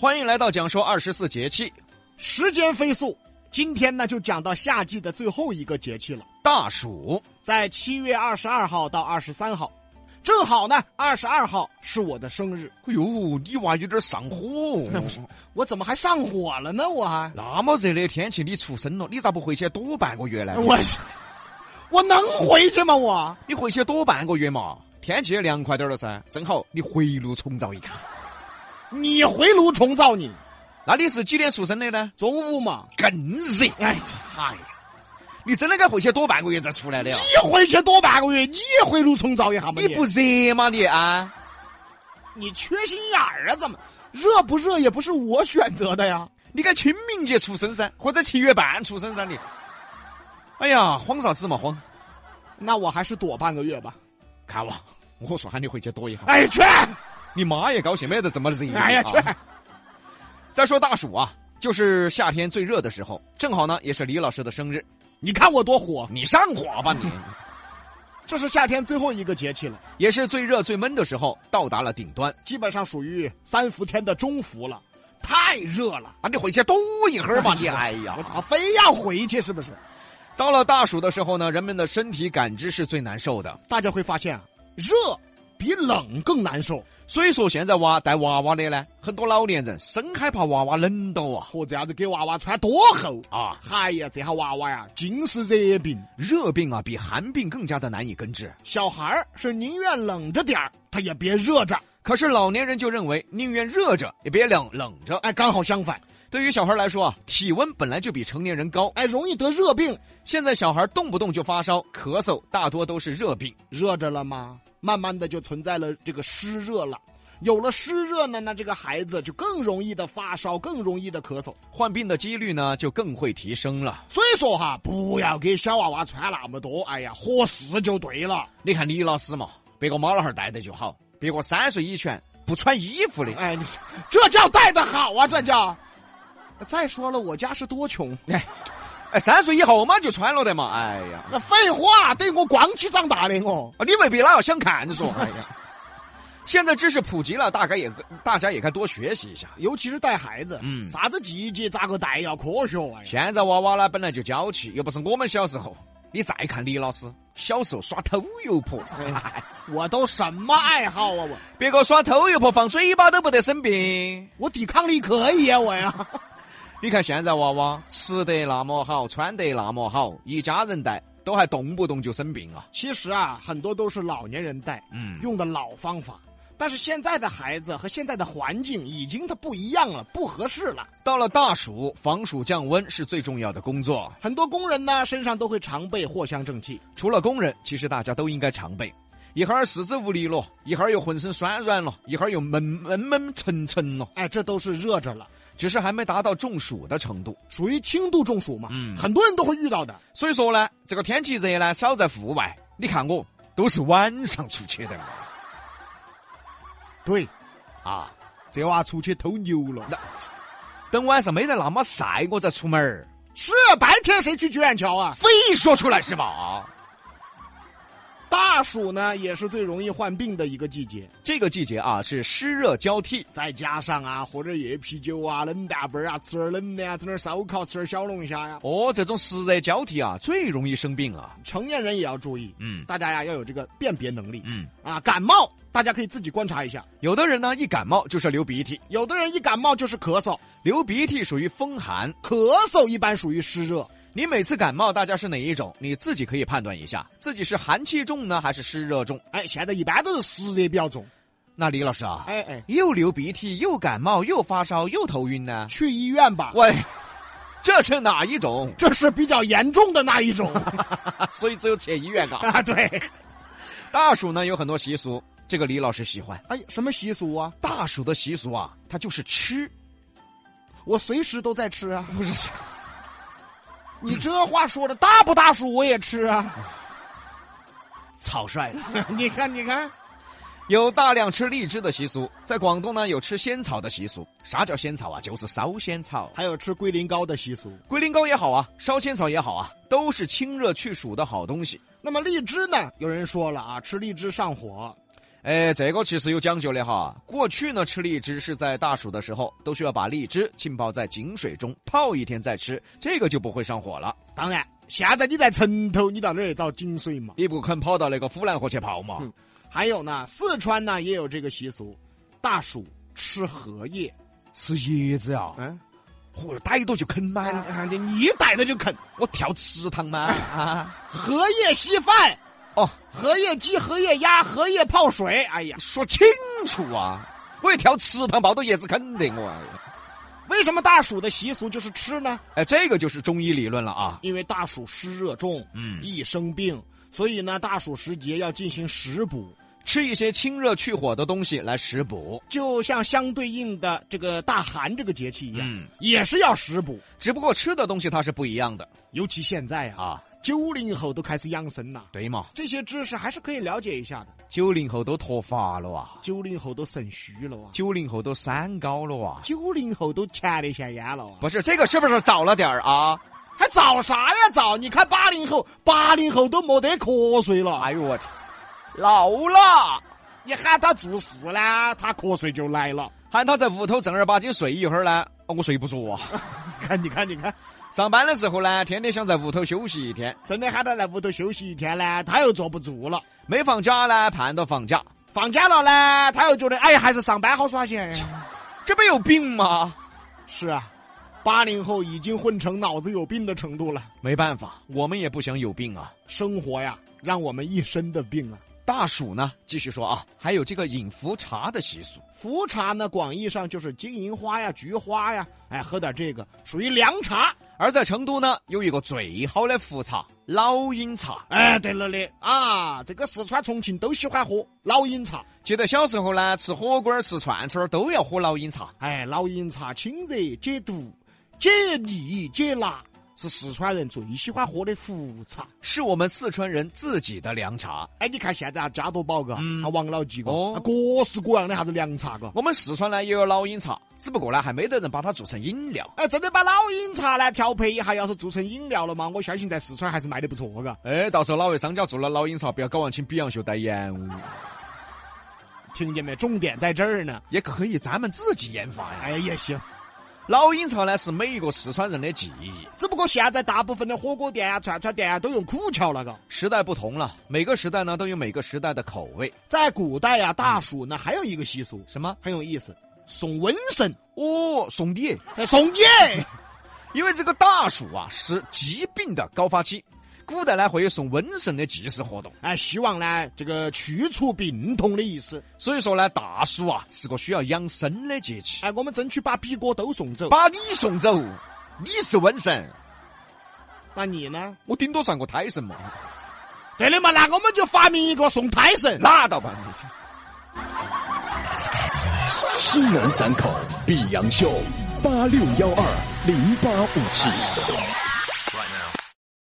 欢迎来到讲说二十四节气时间飞速，今天呢就讲到夏季的最后一个节气了，大暑。在七月二十二号到二十三号，正好呢二十二号是我的生日，哎呦，你娃有点上火 哦。我怎么还上火了呢？我还那么热的天气，你出生了，你咋不回去躲半个月呢？哎我 我能回去吗？我你回去躲半个月嘛，天气也凉快点了噻，正好你回炉重造一下。你回炉重造你，那你是几点出生的呢？中午嘛，更热，哎嗨，你真的该回去躲半个月再出来的呀？你回去多半个月，你也回炉重造一下嘛？你不热吗你啊？你缺心眼儿啊？怎么热不热也不是我选择的呀？你该清明节出生噻，或者七月半出生噻你。哎呀，慌啥子嘛慌？那我还是躲半个月吧。看我，我说喊你回去躲一下，哎去，你妈也高兴没得这么热。哎呀啊去，再说大暑啊，就是夏天最热的时候，正好呢也是李老师的生日，你看我多火！啊你上火吧 你！这是夏天最后一个节气了，也是最热最闷的时候到达了顶端基本上属于三伏天的中伏了，太热了。啊！你回去躲一会儿吧你！ 哎呀我，操，非要回去是不是？到了大暑的时候呢，人们的身体感知是最难受的，大家会发现啊，热比冷更难受。所以说现在娃带娃娃的呢，很多老年人生害怕娃娃冷到啊和这样子给娃娃穿多厚？啊！哎呀，这下娃娃呀，尽是热病。热病啊，比寒病更加的难以根治。小孩儿是宁愿冷着点儿，他也别热着。可是老年人就认为，宁愿热着也别冷冷着。哎，刚好相反，对于小孩来说啊，体温本来就比成年人高，哎，容易得热病。现在小孩动不动就发烧、咳嗽，大多都是热病。热着了吗？慢慢的就存在了这个湿热了。有了湿热呢，那这个孩子就更容易的发烧，更容易的咳嗽。患病的几率呢就更会提升了。所以说哈，不要给小娃娃穿那么多，哎呀，合适就对了。你看李老师嘛，别个妈老汉儿带得就好，别个三岁以前不穿衣服 的。哎，你说这叫带的好啊，这叫。再说了，我家是多穷，哎，哎，三岁以后嘛就穿了的嘛。哎呀，那废话，等于我光起长大的我。啊你未必哪要想看说。哎呀，现在知识普及了，大概也大家也该多学习一下。尤其是带孩子，嗯啥子季节咋个带要科学哎呀。现在娃娃呢本来就娇气，又不是我们小时候。你再看李老师，小时候耍偷油婆，我都什么爱好啊我？哎别个耍偷油婆放嘴巴都不得生病。我抵抗力可以啊我呀。你看现在娃娃吃得那么好，穿得那么好，一家人带都还动不动就生病啊。其实啊，很多都是老年人带嗯，用的老方法，但是现在的孩子和现在的环境已经它不一样了，不合适了。到了大暑，防暑降温是最重要的工作。很多工人呢身上都会常备藿香正气，除了工人，其实大家都应该常备。一会儿四肢无力了，一会儿又浑身酸软了，一会儿又闷闷闷沉沉了，哎，这都是热着了，只是还没达到中暑的程度。属于轻度中暑嘛，嗯很多人都会遇到的。所以说呢，这个天气热呢，少在户外。你看我都是晚上出去的对，啊，这娃出去偷牛了，等晚上没得那么晒，我再出门儿。是白天谁去居远桥啊？非说出来是吧？大暑呢也是最容易患病的一个季节，这个季节啊是湿热交替，再加上啊喝点夜啤酒啊，冷淡杯儿啊，吃点冷的啊，整点烧烤，吃点小龙虾呀、哦，这种湿热交替啊最容易生病啊。成年人也要注意。嗯大家呀要有这个辨别能力嗯，啊。感冒大家可以自己观察一下，有的人呢一感冒就是流鼻涕，有的人一感冒就是咳嗽，流鼻涕属于风寒。咳嗽一般属于湿热，你每次感冒，大家是哪一种？你自己可以判断一下，自己是寒气重呢，还是湿热重？哎，现在一般都是湿热比较重，那李老师啊，哎哎，又流鼻涕，又感冒，又发烧，又头晕呢？去医院吧，喂，这是哪一种？ 这是比较严重的那一种所以只有去医院嘎。啊。对，大暑呢有很多习俗，这个李老师喜欢。哎，什么习俗啊？大暑的习俗啊，它就是吃，我随时都在吃啊。不是。你这话说的大不大暑我也吃啊。草率了。 你看，你看，有大量吃荔枝的习俗，在广东呢有吃仙草的习俗。啥叫仙草啊？就是烧仙草，还有吃龟苓膏的习俗。龟苓膏也好啊，烧仙草也好啊，都是清热去暑的好东西。那么荔枝呢？有人说了啊，吃荔枝上火，哎，这个其实有讲究的哈。过去呢，吃荔枝是在大暑的时候，都需要把荔枝浸泡在井水中泡一天再吃，这个就不会上火了。当然，现在你在城头，你到哪儿去找井水嘛？你不肯跑到那个湖南河去泡嘛？嗯还有呢，四川呢也有这个习俗，大暑吃荷叶。吃椰子啊，嗯，嚯、逮到就啃哎吗？哎你你逮了就啃，我跳池塘吗？啊，荷叶稀饭、哦，荷叶鸡、荷叶鸭、荷叶泡水。哎呀，说清楚啊！我一跳池塘抱到椰子啊啃的我。为什么大暑的习俗就是吃呢？哎，这个就是中医理论了啊。因为大暑湿热重，嗯易生病，所以呢，大暑时节要进行食补，吃一些清热去火的东西来食补。就像相对应的这个大寒这个节气一样，嗯，也是要食补。只不过吃的东西它是不一样的尤其现在啊，啊，九零后都开始养生了，对嘛？这些知识还是可以了解一下的。九零后都脱发了啊，九零后都肾虚了啊，九零后都三高了 啊。九零后都前列腺炎了啊，不是这个是不是早了点儿啊？还早啥呀早？你看八零后，八零后都没得瞌睡了，哎呦我天，老了，你喊他做事呢，他瞌睡就来了。喊他在屋头正儿八经睡一会儿呢，哦我睡不着啊。看，你看，你看，上班的时候呢，天天想在屋头休息一天，真的喊他来屋头休息一天呢，他又坐不住了。没放假呢，盼到放假，放假了呢，他又觉得哎呀，还是上班好耍些。这不有病吗？是啊，八零后已经混成脑子有病的程度了。没办法，我们也不想有病啊。生活呀，让我们一身的病啊。大暑呢，继续说啊，还有这个饮伏茶的习俗，茯茶呢，广义上就是金银花呀、菊花呀，哎，喝点这个属于凉茶。而在成都呢，有一个最好的伏茶——老鹰茶。哎，对了的啊，这个四川、重庆都喜欢喝老鹰茶。记得小时候呢，吃火锅儿、吃串串儿都要喝老鹰茶。哎，老鹰茶清热解毒、解腻解辣，是四川人最喜欢喝的茯茶。是我们四川人自己的凉茶。哎，你看现在啊，加多宝嘎，嗯啊王老吉嘎，哦啊各式各样的啥子凉茶嘎。我们四川呢也有老鹰茶，只不过呢还没得人把它做成饮料。哎，真的把老鹰茶呢调配一下，要是做成饮料了嘛，我相信在四川还是卖的不错嘎。哎，到时候哪位商家做了老鹰茶，不要搞完请比洋秀代言哦，听见没？重点在这儿呢。也可以咱们自己研发呀。哎，也行。老鹰茶呢是每一个四川人的记忆。只不过现在大部分的火锅店啊、串串店啊都用苦荞了，嘎。时代不同了，每个时代呢都有每个时代的口味。在古代啊，大暑呢还有一个习俗什么？很有意思，送瘟神，哦，送礼。哎送你。因为这个大暑啊是疾病的高发期，古代呢会有送瘟神的祭祀活动，哎，希望呢这个去除病痛的意思。所以说呢大暑啊是个需要养生的节气。哎，我们争取把比哥都送走。把你送走，你是瘟神，那你呢？我顶多算个胎神嘛，对的嘛，那我们就发明一个送胎神。拉倒吧你。西南三口碧阳秀八六幺二零八五七。